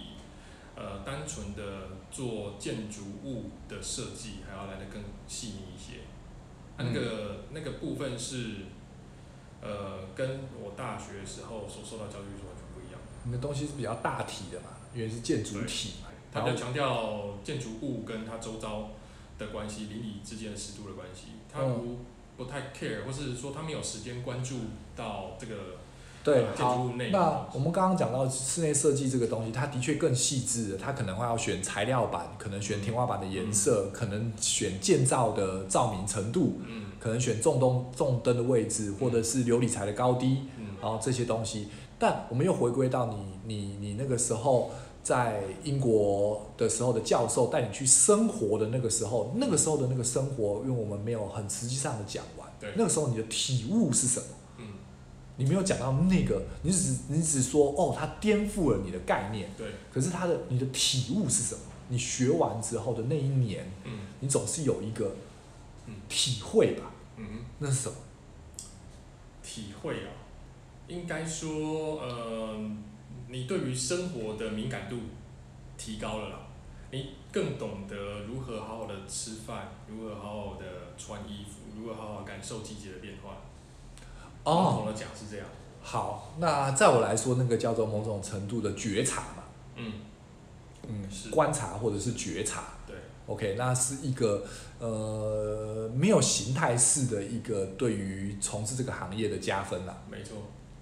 呃单纯的做建筑物的设计还要来得更细腻一些。它嗯那个、那个部分是。呃，跟我大学时候所受到教育是完全不一样的。你的东西是比较大体的嘛，因为是建筑体嘛。他然比后较强调建筑物跟它周遭的关系、邻里之间的湿度的关系，他嗯不不太 care，或是说他没有时间关注到这个呃对，建好筑物内。那我们刚刚讲到室内设计这个东西，它的确更细致了，它可能会要选材料板，可能选天花板的颜色，可能选建造的照明程度，嗯可能选重灯重灯的位置，或者是琉璃材的高低，嗯然后这些东西。但我们又回归到你你你那个时候在英国的时候的教授带你去生活的那个时候，那个时候的那个生活，因为我们没有很实际上的讲完，对那个时候你的体悟是什么？嗯，你没有讲到那个，你只你只说哦，它颠覆了你的概念，对，可是它的你的体悟是什么？你学完之后的那一年，嗯你总是有一个嗯体会吧？嗯，那是什么？体会啊，应该说，呃，你对于生活的敏感度提高了啦，你更懂得如何好好的吃饭，如何好好的穿衣服，如何好好感受季节的变换。笼哦，统的讲是这样。好，那在我来说，那个叫做某种程度的觉察嘛，嗯，嗯是，观察或者是觉察。对， OK，那是一个呃没有形态式的一个对于从事这个行业的加分啦。没错。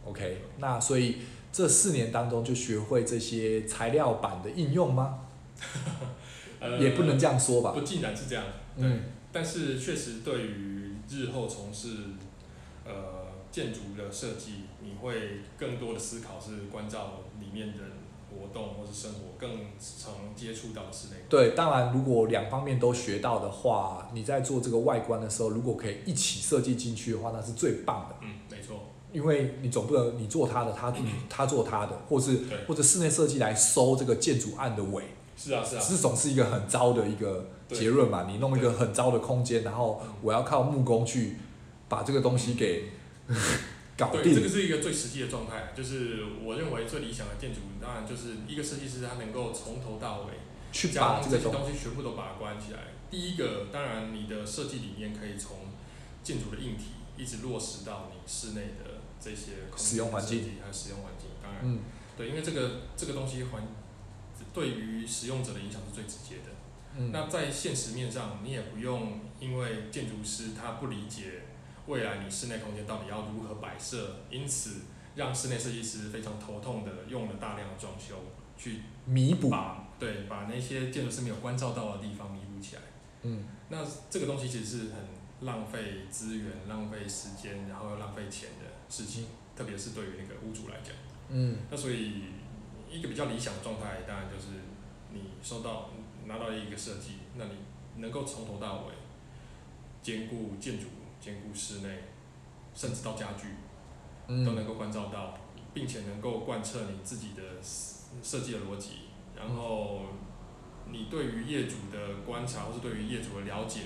OK，那所以这四年当中就学会这些材料板的应用吗？呃，也不能这样说吧不。尽然是这样，对。嗯但是确实对于日后从事呃建筑的设计，你会更多的思考是关照里面的活动或是生活，更常接触到的室内。对，当然如果两方面都学到的话，你在做这个外观的时候，如果可以一起设计进去的话，那是最棒的。嗯，没错，因为你总不能你做他的，他他做他的，或是嗯对或者室内设计来收这个建筑案的尾，是啊，是啊，这总是一个很糟的一个对结论嘛。你弄一个很糟的空间，然后嗯我要靠木工去把这个东西给 搞对，这定个。是一个最实际的状态，就是我认为最理想的建筑，当然就是一个设计师他能够从头到尾去把将这这个些东东西全部都把它关起来。第一个，当然你的设计理念可以从建筑的硬体一直落实到你室内的这些空间使用环境设计还有使用环境。当然，嗯，对，因为这个这个东西环对于使用者的影响是最直接的。嗯那在现实面上，你也不用因为建筑师他不理解未来你室内空间到底要如何摆设，因此让室内设计师非常头痛的用了大量的装修去弥补，把对把那些建筑师没有关照到的地方弥补起来。嗯，那这个东西其实是很浪费资源、浪费时间，然后又浪费钱的事情，特别是对于那个屋主来讲。嗯那所以一个比较理想的状态，当然就是你收到拿到一个设计，那你能够从头到尾兼顾建筑、兼顾室内，甚至到家具都能嗯够关照到，并且能够贯彻你自己的设计的逻辑，然后你对于业主的观察或是对于业主的了解，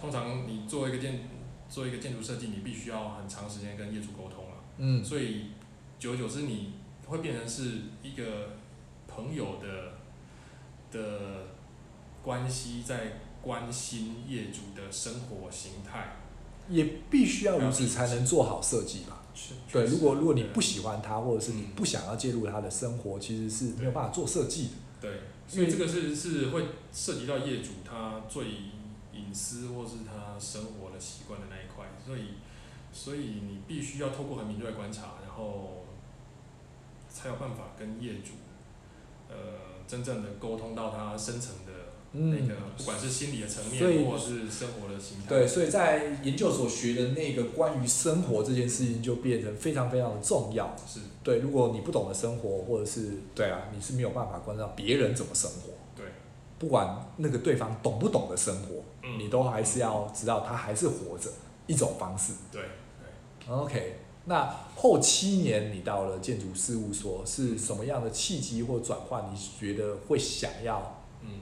通常你做一个建做一个建筑设计，你必须要很长时间跟业主沟通啊。嗯所以久而久之，你会变成是一个朋友的的关系，在关心业主的生活形态。也必须要如此才能做好设计吧。是对，如果如果你不行，喜欢他，或者是你嗯不想要介入他的生活，其实是没有办法做设计的。对，所以这个是是会涉及到业主他最隐私或是他生活的习惯的那一块，所以所以你必须要透过很敏锐的观察，然后才有办法跟业主呃真正的沟通到他深层的那嗯个，不管是心理的层所以面，或者是生活的形态。对，所以在研究所学的那个关于生活这件事情就变成非常非常的重要。是，对，如果你不懂得生活，或者是对啊，你是没有办法关照别人怎么生活。对，不管那个对方懂不懂得生活，嗯你都还是要知道他还是活着一种方式。对 OK，那后七年你到了建筑事务所，是什么样的契机或转换？你觉得会想要嗯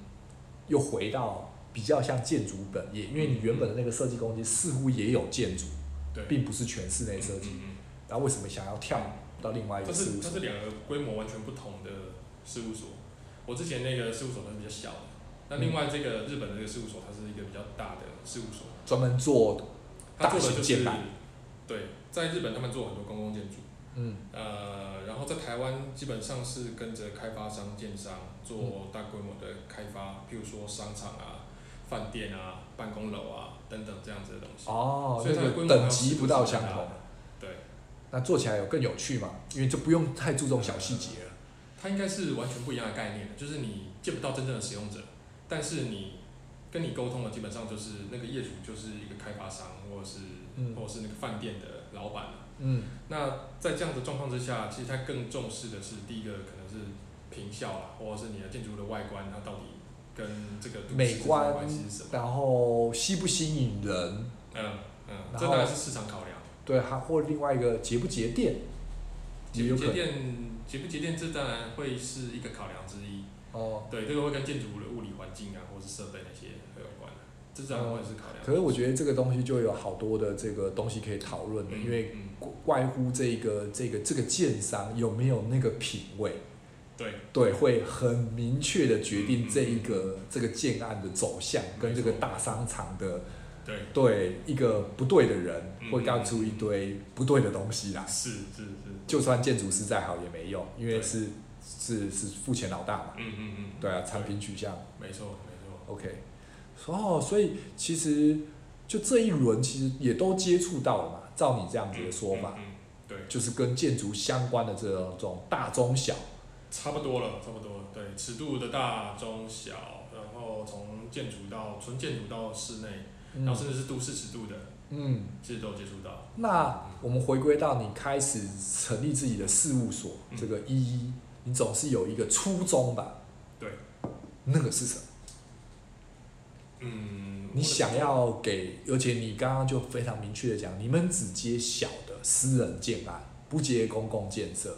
又回到比较像建筑本业？因为你原本的那个设计公司似乎也有建筑，对，并不是全室内设计。嗯嗯嗯然后为什么想要跳到另外一它个事是务它所是？两个规模完全不同的事务所。我之前那个事务所它是比较小的，那另外这个日本的这个事务所，它是一个比较大的事务所，专门做它做的大型就建是板对，在日本他们做很多公共建筑，嗯呃，然后在台湾基本上是跟着开发商、建商做大规模的开发，譬如说商场啊、饭店啊、办公楼啊等等这样子的东西。哦，所那以它的规个模等还级是不到是相很大同的。对，那做起来有更有趣嘛？因为就不用太注重小细节了。它应该是完全不一样的概念的，就是你见不到真正的使用者，但是你跟你沟通的基本上就是那个业主就是一个开发商，或者是、嗯或者是那个饭店的老板啊嗯那在这样的状况之下，其实他更重视的是第一个可能是坪效啦，或者是你的建筑的外观，它到底跟这个都市美之间观的关系是什么？然后吸不吸引人，嗯嗯，然后这当然是市场考量。对，还或另外一个节不节电，也节有不可节能电，节不节电，这当然会是一个考量之一。哦。对，这个会跟建筑物的物理环境啊，或是设备那些会有关的、这当然会是考量。哦可是我觉得这个东西就有好多的这个东西可以讨论的，嗯因为嗯，怪乎这个这个这个建商有没有那个品味，对对，会很明确的决定嗯这一个这个建案的走向跟没这错个大商场的对对一个不对的人嗯会干出一堆不对的东西来。是是是，就算建筑师再好也没用，因为对是是是付钱老大嘛嗯，嗯嗯，对啊，产品取向。没错没错， OK，哦，所以其实就这一轮其实也都接触到了嘛。照你这样子的说法，嗯，嗯嗯对，就是跟建筑相关的这种大中小，差不多了，差不多了，对，尺度的大中小，然后从建筑到纯建筑到室内，然后嗯甚至是都市尺度的，嗯。其实都有接触到。那我们回归到你开始成立自己的事务所，嗯这个一一，你总是有一个初衷吧？对，那个是什么？嗯，你我的想要给，而且你刚刚就非常明确的讲，你们只接小的私人建案，不接公共建设。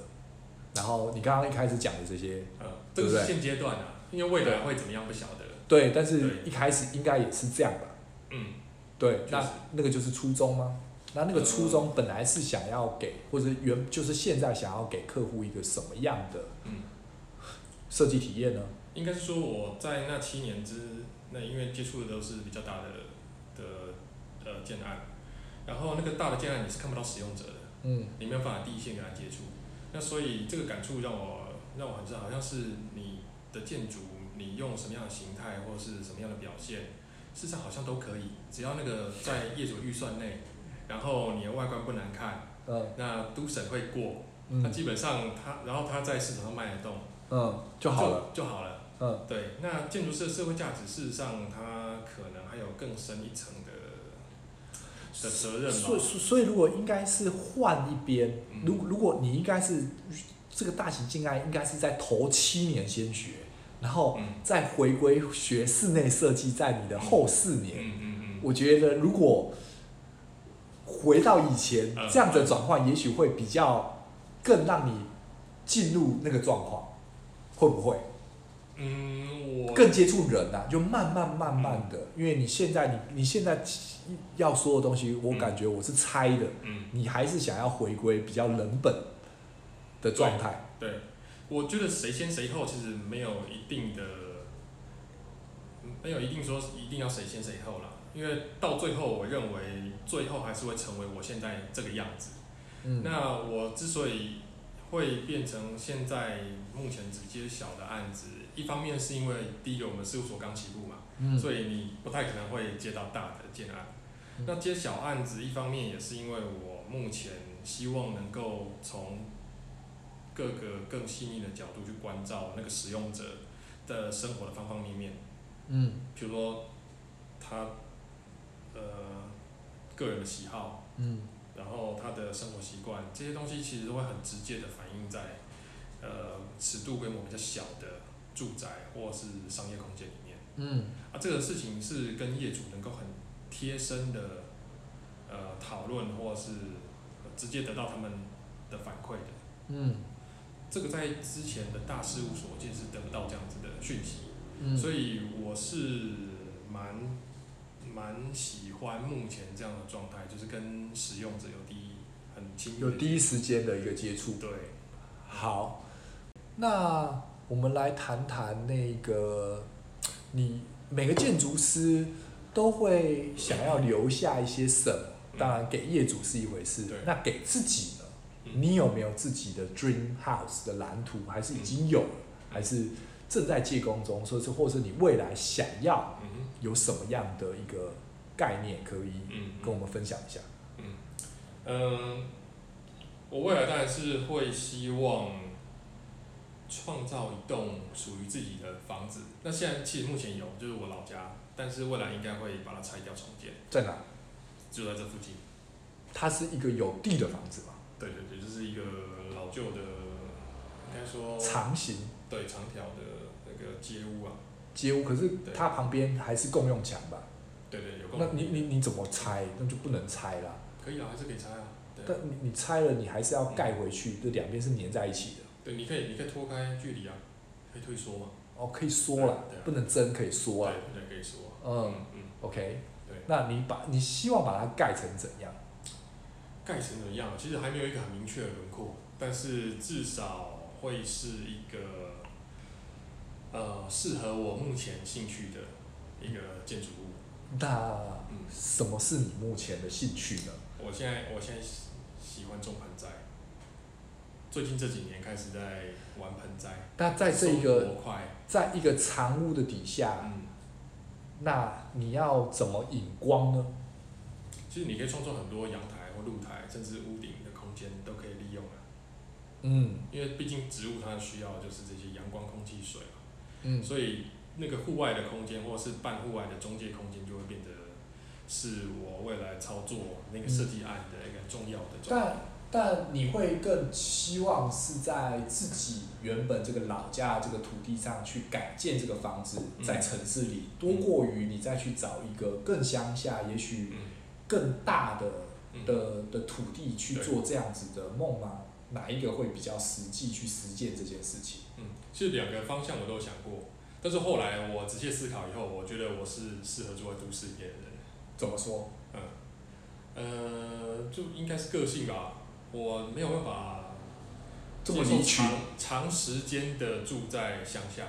然后你刚刚一开始讲的这些呃，这个对不是对现阶段啊，因为未来会怎么样不晓得。对，但是对一开始应该也是这样吧？嗯，对，确那实那个就是初衷吗？那那个初衷呃本来是想要给，或者原就是现在想要给客户一个什么样的嗯设计体验呢？应该是说我在那七年之内，因为接触的都是比较大的的呃建案，然后那个大的建案你是看不到使用者的，嗯你没有办法第一线跟他接触，那所以这个感触让我让我很深，好像是你的建筑你用什么样的形态或是什么样的表现，事实上好像都可以，只要那个在业主预算内，然后你的外观不难看，嗯那都审会过，那嗯基本上它然后它在市场上卖得动嗯，就好了。就就好了。嗯对，那建筑师的社会价值，事实上它可能还有更深一层的的责任嘛所以，所以如果应该是换一边，嗯如如果你应该是这个大型竞案，应该是在头七年先学，然后嗯再回归学室内设计，在你的后四年。嗯嗯嗯，我觉得如果回到以前嗯这样子的转换，也许会比较更让你进入那个状况，会不会嗯，我更接触人呐、就慢慢慢慢的，因为你现在你你现在要说的东西，我嗯感觉我是猜的，嗯你还是想要回归比较人本的状态。对，嗯我觉得谁先谁后其实没有一定的，没有一定说一定要谁先谁后啦，因为到最后我认为最后还是会成为我现在这个样子。嗯，那我之所以会变成现在目前只接小的案子，一方面是因为第一个我们事务所刚起步嘛，嗯所以你不太可能会接到大的建案。嗯那接小案子，一方面也是因为我目前希望能够从各个更细腻的角度去关照那个使用者的生活的方方面面，嗯比如说他呃个人的喜好，嗯然后他的生活习惯这些东西，其实都会很直接的反映在呃尺度规模比较小的住宅或是商业空间里面。嗯啊，这个事情是跟业主能够很贴身的呃讨论，或是呃直接得到他们的反馈的。嗯这个在之前的大事务所其实是得不到这样子的讯息。嗯，所以我是蛮蛮喜欢目前这样的状态，就是跟使用者有第一很亲密的有第一时间的一个接触。对，好，那我们来谈谈那个，你每个建筑师都会想要留下一些什么？当然，给业主是一回事嗯对，那给自己呢？嗯你有没有自己的 dream house 的蓝图？还是已经有了？嗯还是正在借工中？所以是，或是你未来想要嗯哼有什么样的一个概念，可以嗯跟我们分享一下？嗯，我未来当然是会希望创造一栋属于自己的房子。那现在其实目前有，就是我老家，但是未来应该会把它拆掉重建，在哪？就在这附近。它是一个有地的房子嘛，对对对，就是一个老旧的，应该说长形对长条的那个街屋啊。街屋，可是对它旁边还是共用墙吧？对对，有共那同你利益你你怎么拆？那就不能拆啦。可以啊，还是可以拆啊。对但啊，你你拆了，你还是要盖回去，这两边是粘在一起的。对，你可以你可以拖开距离啊，可以退缩嘛。哦，可以缩啦对啊，不能真可以缩对啦。对，可以缩啊。嗯嗯嗯， ，OK。对那你把你希望把它盖成怎样？盖成怎样？啊其实还没有一个很明确的轮廓，但是至少会是一个呃适合我目前兴趣的一个建筑物。那嗯什么是你目前的兴趣呢？我现在我现在喜喜欢种盆栽，最近这几年开始在玩盆栽，那在这一个生活快，在一个藏屋的底下，嗯，那你要怎么引光呢？其实你可以创造很多阳台或露台，甚至屋顶的空间都可以利用啊。嗯因为毕竟植物它需要就是这些阳光、空气、水嘛，嗯所以那个户外的空间或者是半户外的中介空间就会变得是我未来操作那个设计案的一个重要的重但但你会更希望是在自己原本这个老家的这个土地上去改建这个房子，嗯在城市里，多过于你再去找一个更乡下，也许嗯更大的嗯的的土地去对做这样子的梦吗？哪一个会比较实际去实践这件事情？嗯，其实两个方向我都有想过，但是后来我仔细思考以后，我觉得我是适合住在都市里面的人。怎么说？呃，就应该是个性吧，我没有办法这么接受离群长长时间的住在乡下，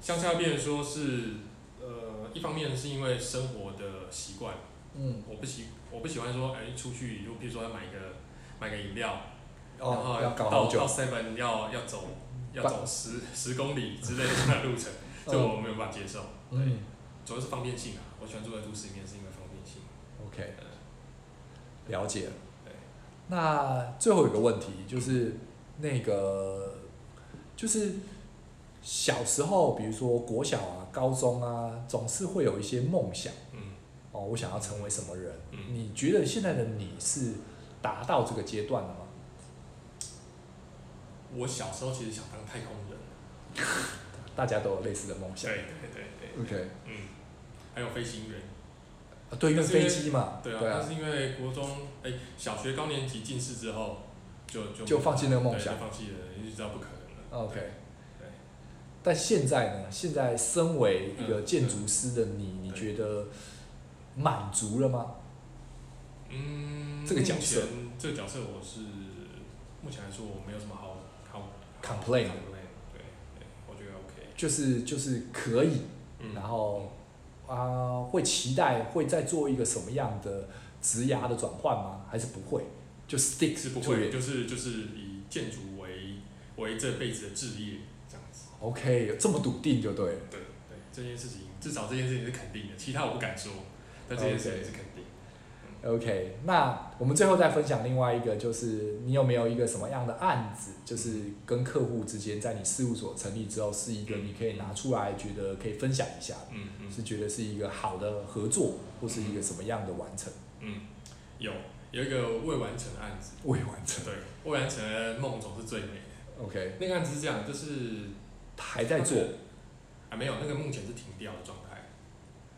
乡下变成说是呃，一方面是因为生活的习惯，嗯，我不喜我不喜欢说哎、出去，就比如说要买个买个饮料，然哦后，要搞到好久嗯到，seven 要要走要半走十十公里之类的路程，这我没有办法接受。对，嗯主要是方便性啊，我喜欢住在都市里面是因为方便性。 ，OK，呃了解了对。那最后一个问题就是那个，就是小时候，比如说国小啊、高中啊，总是会有一些梦想。嗯哦，我想要成为什么人？嗯你觉得现在的你是达到这个阶段了吗？我小时候其实想当太空人，大家都有类似的梦想对。对对对， OK，嗯，还有飞行员，啊对，因为但是因飞为机嘛，对啊，但是因为国中哎、小学高年级近视之后，就就就放弃那个梦对想就。放弃了，因为知道不可能了。 OK 对。但现在呢？现在身为一个嗯建筑师的你，你对觉得满足了吗？嗯，这个角目色前这个角色我是目前来说我没有什么好好 Complain 好 complain，对对，我觉得 OK，就是就是可以，嗯，然后啊，会期待会再做一个什么样的职涯的转换吗？还是不会？就 stick 是不 to 会， it 就是就是以建筑为为这辈子的置业这样子。 OK，这么笃定就对了。哦对对，这件事情至少这件事情是肯定的，其他我不敢说，但这件事情 OK 是肯定。 OK，那我们最后再分享另外一个，就是你有没有一个什么样的案子，就是跟客户之间在你事务所成立之后，是一个你可以拿出来觉得可以分享一下的，嗯嗯是觉得是一个好的合作，或是一个什么样的完成？嗯，有有一个未完成的案子，未完成。对，未完成的梦总是最美的。 OK，嗯那个案子是这样，就是还在做那。个啊，没有，那个目前是停掉的状态。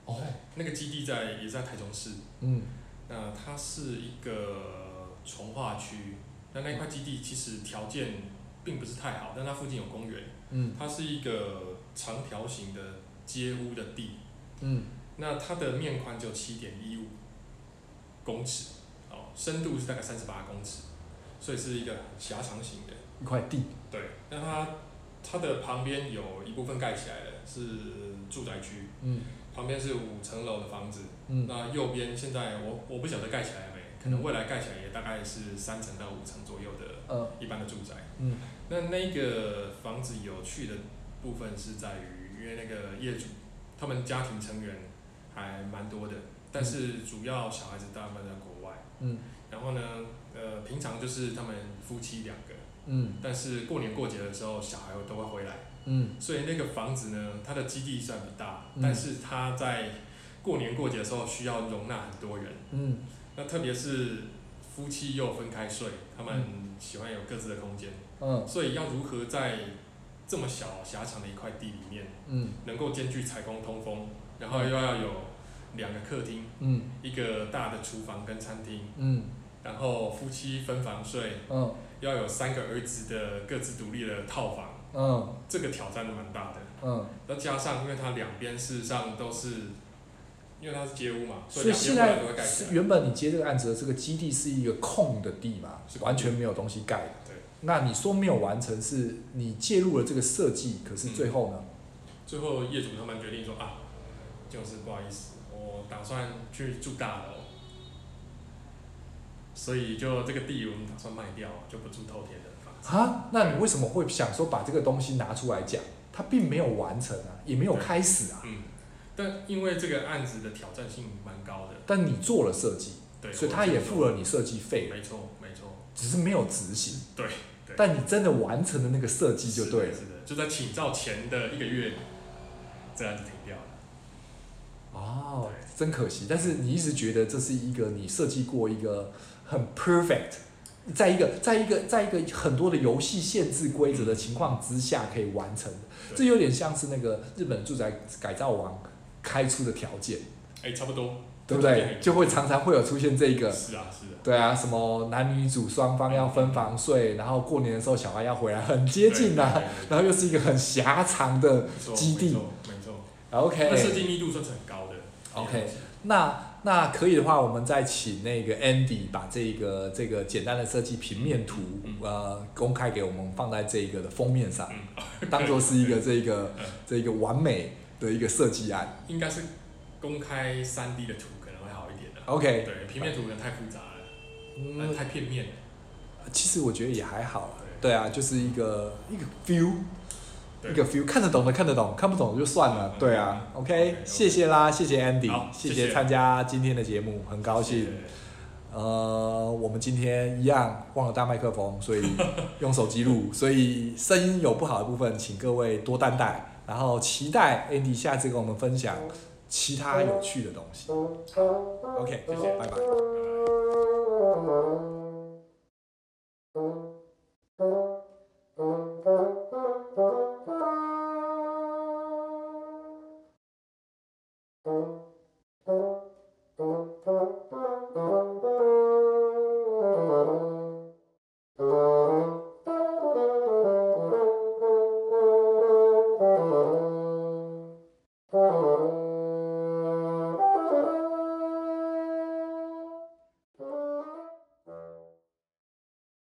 哦，那个基地在也是在台中市，嗯那它是一个从化区，那那块基地其实条件并不是太好，但它附近有公园，嗯它是一个长条形的街屋的地，嗯那它的面宽只有七点一五公尺，哦，深度是大概三十八公尺，所以是一个狭长型的。一块地。对，那它它的旁边有一部分盖起来了，是住宅区，嗯旁边是五层楼的房子，嗯那右边现在我我不晓得盖起来了没，可能未来盖起来也大概是三层到五层左右的呃一般的住宅。嗯那那个房子有趣的部分是在于，因为那个业主他们家庭成员还蛮多的，但是主要小孩子大部分在国外。嗯然后呢，呃，平常就是他们夫妻两个，嗯但是过年过节的时候小孩都会回来，嗯所以那个房子呢，它的基地虽然不大，嗯但是它在过年过节的时候需要容纳很多人。嗯那特别是夫妻又分开睡，他们喜欢有各自的空间，嗯所以要如何在这么小狭长的一块地里面，嗯能够兼具采光通风，然后又要有两个客厅，嗯一个大的厨房跟餐厅，嗯然后夫妻分房睡，嗯要有三个儿子的各自独立的套房，嗯这个挑战蛮大的。嗯。那加上因为它两边事实上都是，因为它是街屋嘛，所以以两边现未来都会在盖起是来。原本你接这个案子的这个基地是一个空的地嘛是，空地完全没有东西盖的。对。那你说没有完成，是你介入了这个设计，可是最后嗯呢？最后业主他们决定说啊，就是不好意思，我打算去住大楼，所以就这个地我们打算卖掉，就不住透天的房子。啊，那你为什么会想说把这个东西拿出来讲？它并没有完成啊，也没有开始啊，嗯，但因为这个案子的挑战性蛮高的，但你做了设计，对，所以我他是也说付了你设计费了，没错，没错，只是没有执行。对对但你真的完成了那个设计就对是了的，。是的，就在请照前的一个月，这案子停掉了。哦对，真可惜。但是你一直觉得这是一个你设计过一个很 perfect，在一个在一个在一个很多的游戏限制规则的情况之下可以完成的，对这有点像是那个日本住宅改造王开出的条件，哎、差不多，对不对？就会常常会有出现这个。是啊，是啊，对啊，什么男女主双方要分房睡，然后过年的时候小孩要回来，很接近呐、对啊对对。然后又是一个很狭长的没错基地没错，没错， ，OK。那设计密度算是很高的。 OK，那那可以的话，我们再请那个 Andy 把这个这个简单的设计平面图、嗯呃公开给我们，放在这个的封面上，嗯， 当做是一个这个嗯这个完美的一个设计案。应该是公开三 D 的图可能会好一点的、 OK，对，平面图可能太复杂了，呃嗯，太片面了。其实我觉得也还好啦。对啊，就是一个一个 feel。对一个 feel 看得懂的看得懂，看不懂就算了嗯。对啊嗯，OK，嗯谢谢啦，谢谢 Andy，好谢谢谢谢参加今天的节目，很高兴谢。谢呃，我们今天一样忘了带麦克风，所以用手机录，所以声音有不好的部分，请各位多担待。然后期待 Andy 下次跟我们分享其他有趣的东西。OK，谢谢拜拜拜。拜